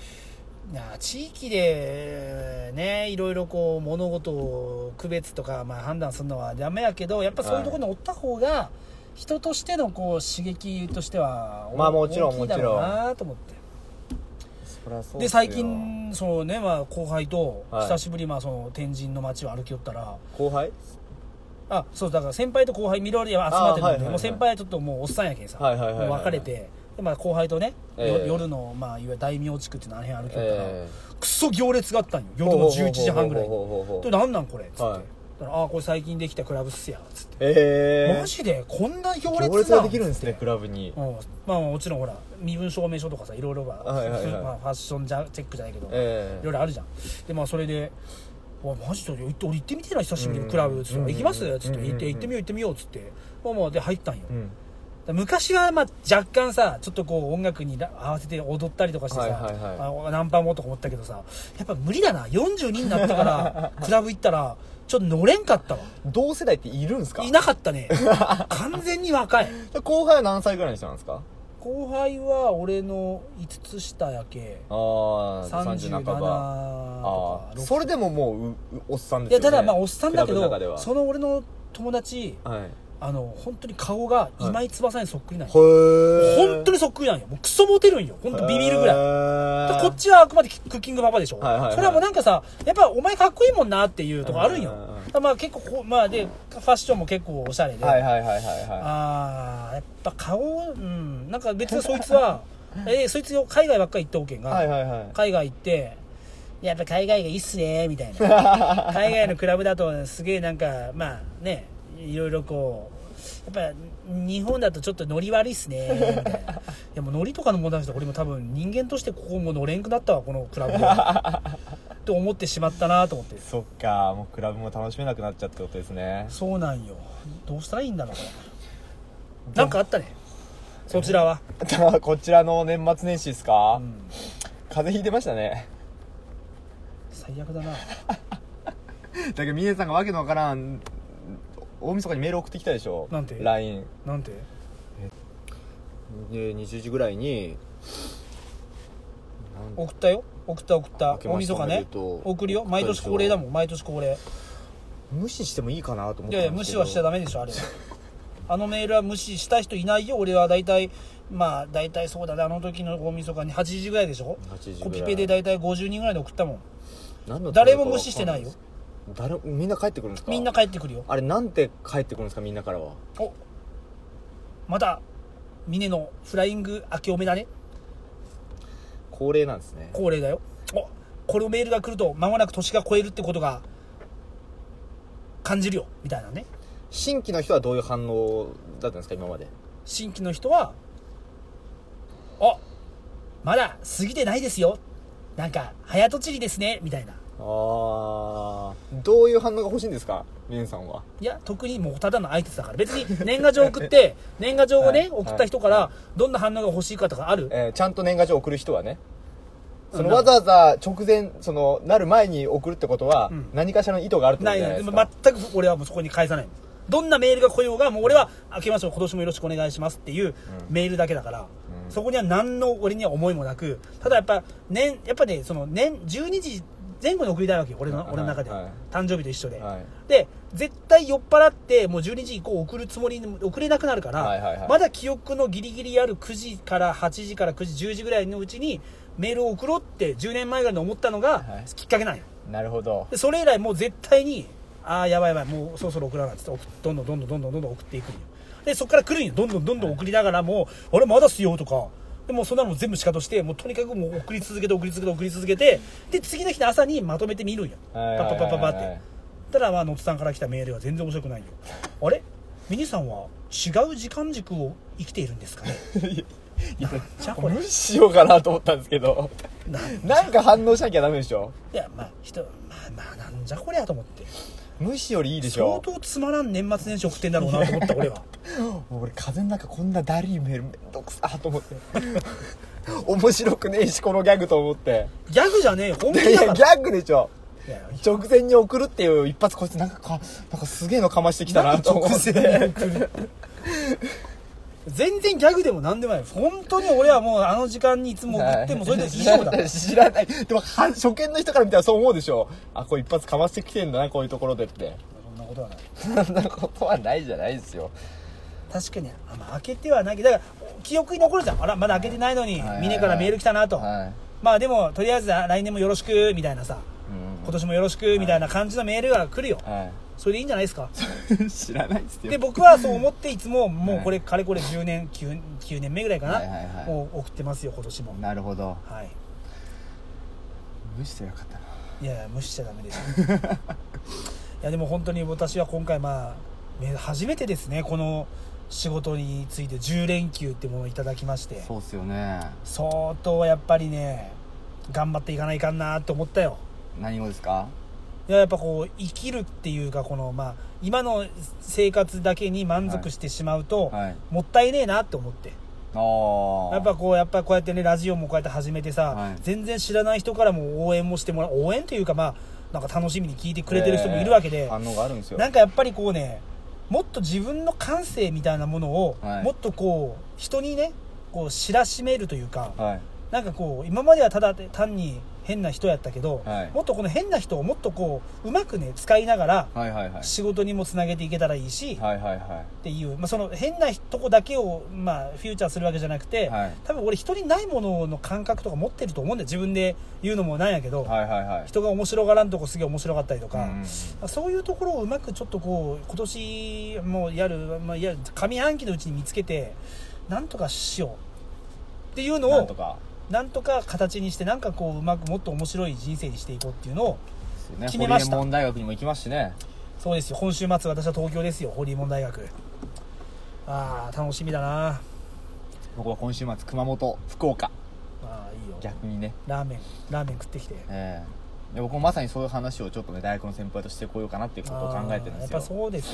Speaker 2: なあ地域でねいろいろこう物事を区別とか、まあ、判断するのはダメやけどやっぱそういうところにおった方が人としてのこう刺激としては
Speaker 1: まあもちろん
Speaker 2: 大きいだろう
Speaker 1: もちろん
Speaker 2: なと思って
Speaker 1: そりゃそう
Speaker 2: で
Speaker 1: っすよ
Speaker 2: 最近その、ねまあ、後輩と
Speaker 1: はい
Speaker 2: 久しぶり、まあ、その天神の街を歩きよったら
Speaker 1: 後輩
Speaker 2: あそうだから先輩と後輩見ろり集まってた
Speaker 1: あ
Speaker 2: んで、
Speaker 1: ーはいはいはい
Speaker 2: もう先輩はちょっともうおっさんやけんさ、
Speaker 1: はいはいはいはい
Speaker 2: もう別れてで、まあ、後輩とね、よ
Speaker 1: ええ
Speaker 2: 夜の、まあ、いわゆる大名地区っていうのあの辺歩きよったら、
Speaker 1: え
Speaker 2: くっそ行列があったんよ
Speaker 1: え
Speaker 2: 夜の11時半ぐらいに
Speaker 1: ほうほうほうほうほ
Speaker 2: で
Speaker 1: う
Speaker 2: なんなんこれ?」っつって、
Speaker 1: はい
Speaker 2: だからああこれ最近できたクラブっすや」っつって、
Speaker 1: ええ
Speaker 2: マジでこんな行列
Speaker 1: 行列ができるんですねクラブに
Speaker 2: うんまあもちろんほら身分証明書とかさいろいろが、
Speaker 1: はいはいはい
Speaker 2: まあ、ファッションじゃチェックじゃないけど、
Speaker 1: ええ
Speaker 2: いろいろあるじゃんでまあそれで「おいマジで俺行ってみてえな久しぶりにクラブ」っつって「
Speaker 1: うん
Speaker 2: 行きます?」っつって「
Speaker 1: うん
Speaker 2: 行って行ってみよう行ってみよう」っつってまあまあで入ったんよ、
Speaker 1: うん
Speaker 2: 昔はまあ若干さちょっとこう音楽にら合わせて踊ったりとかしてさ、
Speaker 1: はいはいはい
Speaker 2: あナンパもとか思ったけどさやっぱ無理だな42になってから クラブ行ったらちょっと乗れんかったわ
Speaker 1: 同世代っているんですか
Speaker 2: いなかっ たね完全に若い
Speaker 1: 後輩は何歳ぐらいの人なんですか
Speaker 2: 後輩は俺の5つ下やけ
Speaker 1: ああ
Speaker 2: 37
Speaker 1: 半
Speaker 2: と
Speaker 1: ば
Speaker 2: か
Speaker 1: ああ
Speaker 2: 6
Speaker 1: それでももうううおっさん
Speaker 2: い
Speaker 1: です
Speaker 2: や
Speaker 1: よ、ね、
Speaker 2: ただまあおっさんだ
Speaker 1: クラブ
Speaker 2: け
Speaker 1: の中で
Speaker 2: ど
Speaker 1: は
Speaker 2: その俺の友達
Speaker 1: はいへ
Speaker 2: あの本当に顔が
Speaker 1: い
Speaker 2: 今井翼にそっくりなんよ、
Speaker 1: え
Speaker 2: 本当にそっくりなんよもうクソモテるんよ本当ビビるぐらい
Speaker 1: ら
Speaker 2: こっちはあくまでクッキングパパでしょ、
Speaker 1: はいはいはい
Speaker 2: それはもうなんかさやっぱお前かっこいいもんなっていうとこあるんよ、
Speaker 1: うんうんうん
Speaker 2: だからまあ結構こうまあでファッションも結構おしゃれで、
Speaker 1: はいはいはいはいは
Speaker 2: ああやっぱ顔うんなんか別にそい つはえーそいつよ海外ばっかり行っておけんが、
Speaker 1: いはいはいはい
Speaker 2: 海外行ってやっぱ海外がいいっすねみたいな海外のクラブだとすげえなんかまあねいろいろこうやっぱ日本だとちょっとノリ悪いっすねみたいないやもうノリとかの問題して俺も多分人間としてここもう乗れんくなったわこのクラブはと思ってしまったなと思って
Speaker 1: そっかもうクラブも楽しめなくなっちゃってことですね
Speaker 2: そうなんよどうしたらいいんだろうこれなんかあったねそちらは、
Speaker 1: こちらの年末年始ですか、
Speaker 2: うん
Speaker 1: 風邪ひいてましたね
Speaker 2: 最悪だな
Speaker 1: だけど峰さんがわけのわからん大晦日にメール送ってきたでしょ
Speaker 2: なんて
Speaker 1: LINE
Speaker 2: なんて
Speaker 1: で20時ぐらいになん
Speaker 2: 送ったよ送った送った
Speaker 1: 明け
Speaker 2: 大
Speaker 1: まして
Speaker 2: 晦日
Speaker 1: おめ
Speaker 2: ね
Speaker 1: でとう
Speaker 2: 送るよ毎年恒例だもん毎年恒例
Speaker 1: 無視してもいいかなと思っ
Speaker 2: い
Speaker 1: て
Speaker 2: やいや無視はしちゃダ
Speaker 1: メ
Speaker 2: メでしょあれはあのメールは無視した人いないよ俺は大体まあ大体そうだねあの時の大晦日に8時ぐらいでしょ
Speaker 1: 8時
Speaker 2: コ
Speaker 1: ぐらい
Speaker 2: ピペで大体50人ぐらいで送ったもん
Speaker 1: 何の
Speaker 2: 誰も無視してないよ
Speaker 1: 誰もみんな帰ってくるんですか
Speaker 2: みんな帰ってくるよ
Speaker 1: あれなんて帰ってくるんですかみんなからは
Speaker 2: おまた峰のフライング明けおめだね
Speaker 1: 恒例なんですね
Speaker 2: 恒例だよおこのメールが来ると間もなく年が超えるってことが感じるよみたいなね
Speaker 1: 新規の人はどういう反応だったんですか今まで
Speaker 2: 新規の人は「あまだ過ぎてないですよ」なんか早とちりですねみたいな
Speaker 1: ああどういう反応が欲しいんですかミネさんはい
Speaker 2: や特にもうただの挨拶だから別に年賀状送って 年賀状をね、
Speaker 1: はい
Speaker 2: 送った人からどんな反応が欲しいかとかある、
Speaker 1: えーちゃんと年賀状送る人はねその
Speaker 2: うん
Speaker 1: わざわざ直前そのなる前に送るってことは
Speaker 2: ん
Speaker 1: 何かしらの意図があるってこ
Speaker 2: な
Speaker 1: と
Speaker 2: い
Speaker 1: じゃな
Speaker 2: ない
Speaker 1: で
Speaker 2: いですも
Speaker 1: か
Speaker 2: 全く俺はもうそこに返さないどんなメールが来ようがもう俺は「明けまして今年もよろしくお願いします」っていうメールだけだから、
Speaker 1: うん
Speaker 2: そこには何の俺には思いもなくただやっぱ年やっぱねその年12時前後に送りたいわけよ俺の
Speaker 1: はい
Speaker 2: 俺の中では、
Speaker 1: はい
Speaker 2: 誕生日と一緒で、
Speaker 1: はい
Speaker 2: で絶対酔っ払ってもう12時以降送るつもりに送れなくなるから、
Speaker 1: はいはいはい
Speaker 2: まだ記憶のギリギリある9時から8時から9時10時ぐらいのうちにメールを送ろうって10年前ぐらいに思ったのが
Speaker 1: はい
Speaker 2: きっかけなんよ、
Speaker 1: なるほど
Speaker 2: でそれ以来もう絶対にああやばいやばいもうそろそろ送らないっつって送っどんどんどんどんどんどんどん送っていくんよでそこから来るんよどんどんどんどん送りながらもう「俺まだっすよ」とかでもうそんなのも全部シカとしてもうとにかくもう送り続けて送り続けて送り続けてで次の日の朝にまとめて見るんよパ
Speaker 1: はいはいはいは
Speaker 2: ッ
Speaker 1: い
Speaker 2: パッパッパッってたらまあのつさんから来たメールは全然面白くないよあれミニさんは違う時間軸を生 きているんですかねじゃあこれ
Speaker 1: 無視しようかなと思ったんですけど
Speaker 2: ない
Speaker 1: なんか反応しなきゃダメでしょ
Speaker 2: やまあ人まあまあなんじゃこりゃと思って
Speaker 1: 無視よりいいでし
Speaker 2: 相
Speaker 1: ょ
Speaker 2: 当つまらん年末年始送ってんだろうなと思った俺は
Speaker 1: 俺風の中こんなダリーメールめんどくさと思って面白くねえしこのギャグと思って
Speaker 2: ギャグじゃねえよ本
Speaker 1: い
Speaker 2: 気
Speaker 1: やい
Speaker 2: だから
Speaker 1: やギャグでしょ
Speaker 2: いや
Speaker 1: 直前に送るっていう一発こいつなんかかなんかすげえのかましてきたなと思って
Speaker 2: 直前に送る全然ギャグでも何でもない本当に俺はもうあの時間にいつも送ってもそれで以上だ
Speaker 1: はい 知らない知らないでもは初見の人から見たらそう思うでしょあこれ一発かましてきてんだなこういうところでって
Speaker 2: そんなことはない
Speaker 1: そんなことはないじゃないですよ
Speaker 2: 確かにあ、まあ、開けてはないけどだから記憶に残るじゃんあらまだ開けてないのに
Speaker 1: はいはい
Speaker 2: 峰からメール来たなと、
Speaker 1: は
Speaker 2: まあでもとりあえずあ来年もよろしくみたいなさ
Speaker 1: い、うん
Speaker 2: 今年もよろしくみたいな感じのメールが来るよ、
Speaker 1: は
Speaker 2: それでいいんじゃないですか
Speaker 1: い、 知らないっすよ
Speaker 2: で僕はそう思っていつももう
Speaker 1: はい
Speaker 2: これかれこれ10年 9, 9年目ぐらいかな、
Speaker 1: はいはいはい
Speaker 2: もう送ってますよ今年も
Speaker 1: なるほど
Speaker 2: はい
Speaker 1: 無視してよかったない
Speaker 2: やいや無視しちゃダメですよ いやでも本当に私は今回まあめ初めてですねこの仕事について10連休ってものをいただきまして
Speaker 1: そうっすよね
Speaker 2: 相当やっぱりね頑張っていかないかんなって思ったよ
Speaker 1: 何をですか
Speaker 2: いややっぱこう生きるっていうかこのまあ今の生活だけに満足してしまうと、
Speaker 1: はい
Speaker 2: もったいねえなって思って
Speaker 1: ああ
Speaker 2: やっぱこうやっぱこうやってねラジオもこうやって始めてさ、
Speaker 1: はい
Speaker 2: 全然知らない人からも応援もしてもらう応援というかまあなんか楽しみに聞いてくれてる人もいるわけで、
Speaker 1: 反応があるんですよ
Speaker 2: なんかやっぱりこうねもっと自分の感性みたいなものを、
Speaker 1: はい
Speaker 2: もっとこう人にねこう知らしめるというか、
Speaker 1: はい
Speaker 2: なんかこう今まではただ単に変な人やったけど、
Speaker 1: はい
Speaker 2: もっとこの変な人をもっとこううまくね使いながら
Speaker 1: はいはいはい
Speaker 2: 仕事にもつなげていけたらいいし、
Speaker 1: はいはいは
Speaker 2: っていう、まあ、その変なとこだけを、まあ、フューチャーするわけじゃなくて、
Speaker 1: いはい
Speaker 2: 多分俺人にないものの感覚とか持ってると思うんだよ自分で言うのもなんやけど、
Speaker 1: はいはいはい
Speaker 2: 人が面白がらんとこすげえ面白かったりとか、
Speaker 1: うん
Speaker 2: そういうところをうまくちょっとこう今年もうやる、まあ、やる上半期のうちに見つけてなんとかしようっていうの
Speaker 1: なんと
Speaker 2: を
Speaker 1: か
Speaker 2: なんとか形にしてなんかこううまくもっと面白い人生にしていこうっていうのを
Speaker 1: ですよね
Speaker 2: 決めました
Speaker 1: ホリエモン大学にも行きますしね
Speaker 2: そうですよ今週末私は東京ですよホリエモン大学ああ楽しみだな
Speaker 1: 僕は今週末熊本福岡
Speaker 2: ああいいよ
Speaker 1: 逆にね
Speaker 2: ラーメンラーメン食ってきて
Speaker 1: ええで僕もまさにそういう話をちょっとね大学の先輩としてこようかなっていうことを考えてるんです
Speaker 2: あーや
Speaker 1: よ
Speaker 2: っぱそうですよ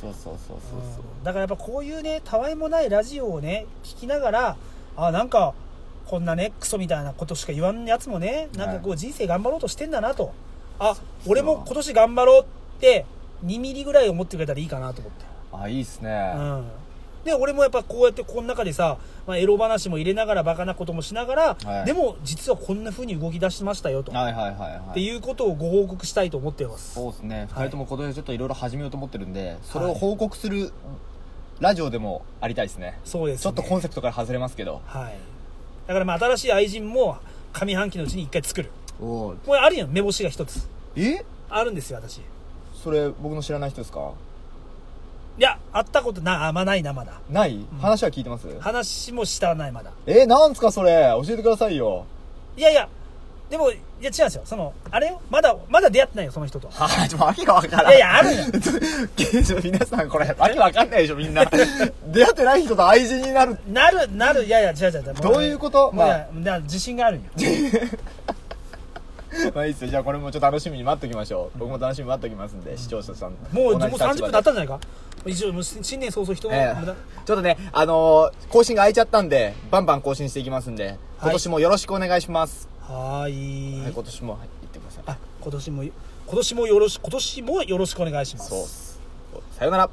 Speaker 1: そうそうそうそうそう
Speaker 2: うんだからやっぱこういうねたわいもないラジオをね聞きながらあなんかこんなねクソみたいなことしか言わんやつもねなんかこ
Speaker 1: は
Speaker 2: う人生頑張ろうとしてんだなと、あ俺も今年頑張ろうって2ミリぐらい思ってくれたらいいかなと思って、
Speaker 1: あいいっすね、
Speaker 2: うん、で俺もやっぱこうやってこの中でさ、まあ、エロ話も入れながらバカなこともしながら、
Speaker 1: はい
Speaker 2: でも実はこんな風に動き出しましたよと、
Speaker 1: はいはいはいはい
Speaker 2: っていうことをご報告したいと思っています
Speaker 1: そうですね、二
Speaker 2: はい
Speaker 1: 人とも今年ちょっといろいろ始めようと思ってるんでそれを報告するラジオでもありたいですね
Speaker 2: そうです、ね、
Speaker 1: ちょっとコンセプトから外れますけど
Speaker 2: はい、だからまあ新しい愛人も上半期のうちに一回作る
Speaker 1: お
Speaker 2: これあるよ目星が一つ
Speaker 1: え
Speaker 2: あるんですよ私い
Speaker 1: それ僕の知らない人ですか
Speaker 2: や会ったことなあまあないなまだ
Speaker 1: ない、話は聞いてます
Speaker 2: 話もしたないまだ
Speaker 1: えなんすかそれ教えてくださいよ
Speaker 2: いやいやでもいや違うんですよそのあれよまだまだ出会ってないよその人と
Speaker 1: はあ、ちょ、わけがわからん。
Speaker 2: いやいやあるよ
Speaker 1: ちょ ちょ皆さんこれ、わけわかんないでしょ、みんな。 出会ってない人と愛人になる。
Speaker 2: なるなるいやいや違う違う違う
Speaker 1: どういうこと
Speaker 2: まあ、
Speaker 1: まあ
Speaker 2: もうねだから自信があるんよ
Speaker 1: まあいいっすよ。じゃあこれもちょっと楽しみに待っときましょう。僕も楽しみに待っときますんで、視聴者さん。
Speaker 2: も
Speaker 1: 同
Speaker 2: うもう
Speaker 1: じ立場で
Speaker 2: 30分経ったんじゃないか一応もう新年早々人も
Speaker 1: え
Speaker 2: 無
Speaker 1: えちょ
Speaker 2: 駄、
Speaker 1: っとね、あのー更新が空いちゃったんで、バンバン更新していきますんで、今年もよろしくお願いします。
Speaker 2: はーい、
Speaker 1: はい、今年も、はい、行ってください。
Speaker 2: あ今年も今年もよろし今年もよろしくお願いします
Speaker 1: そうっす。さよなら。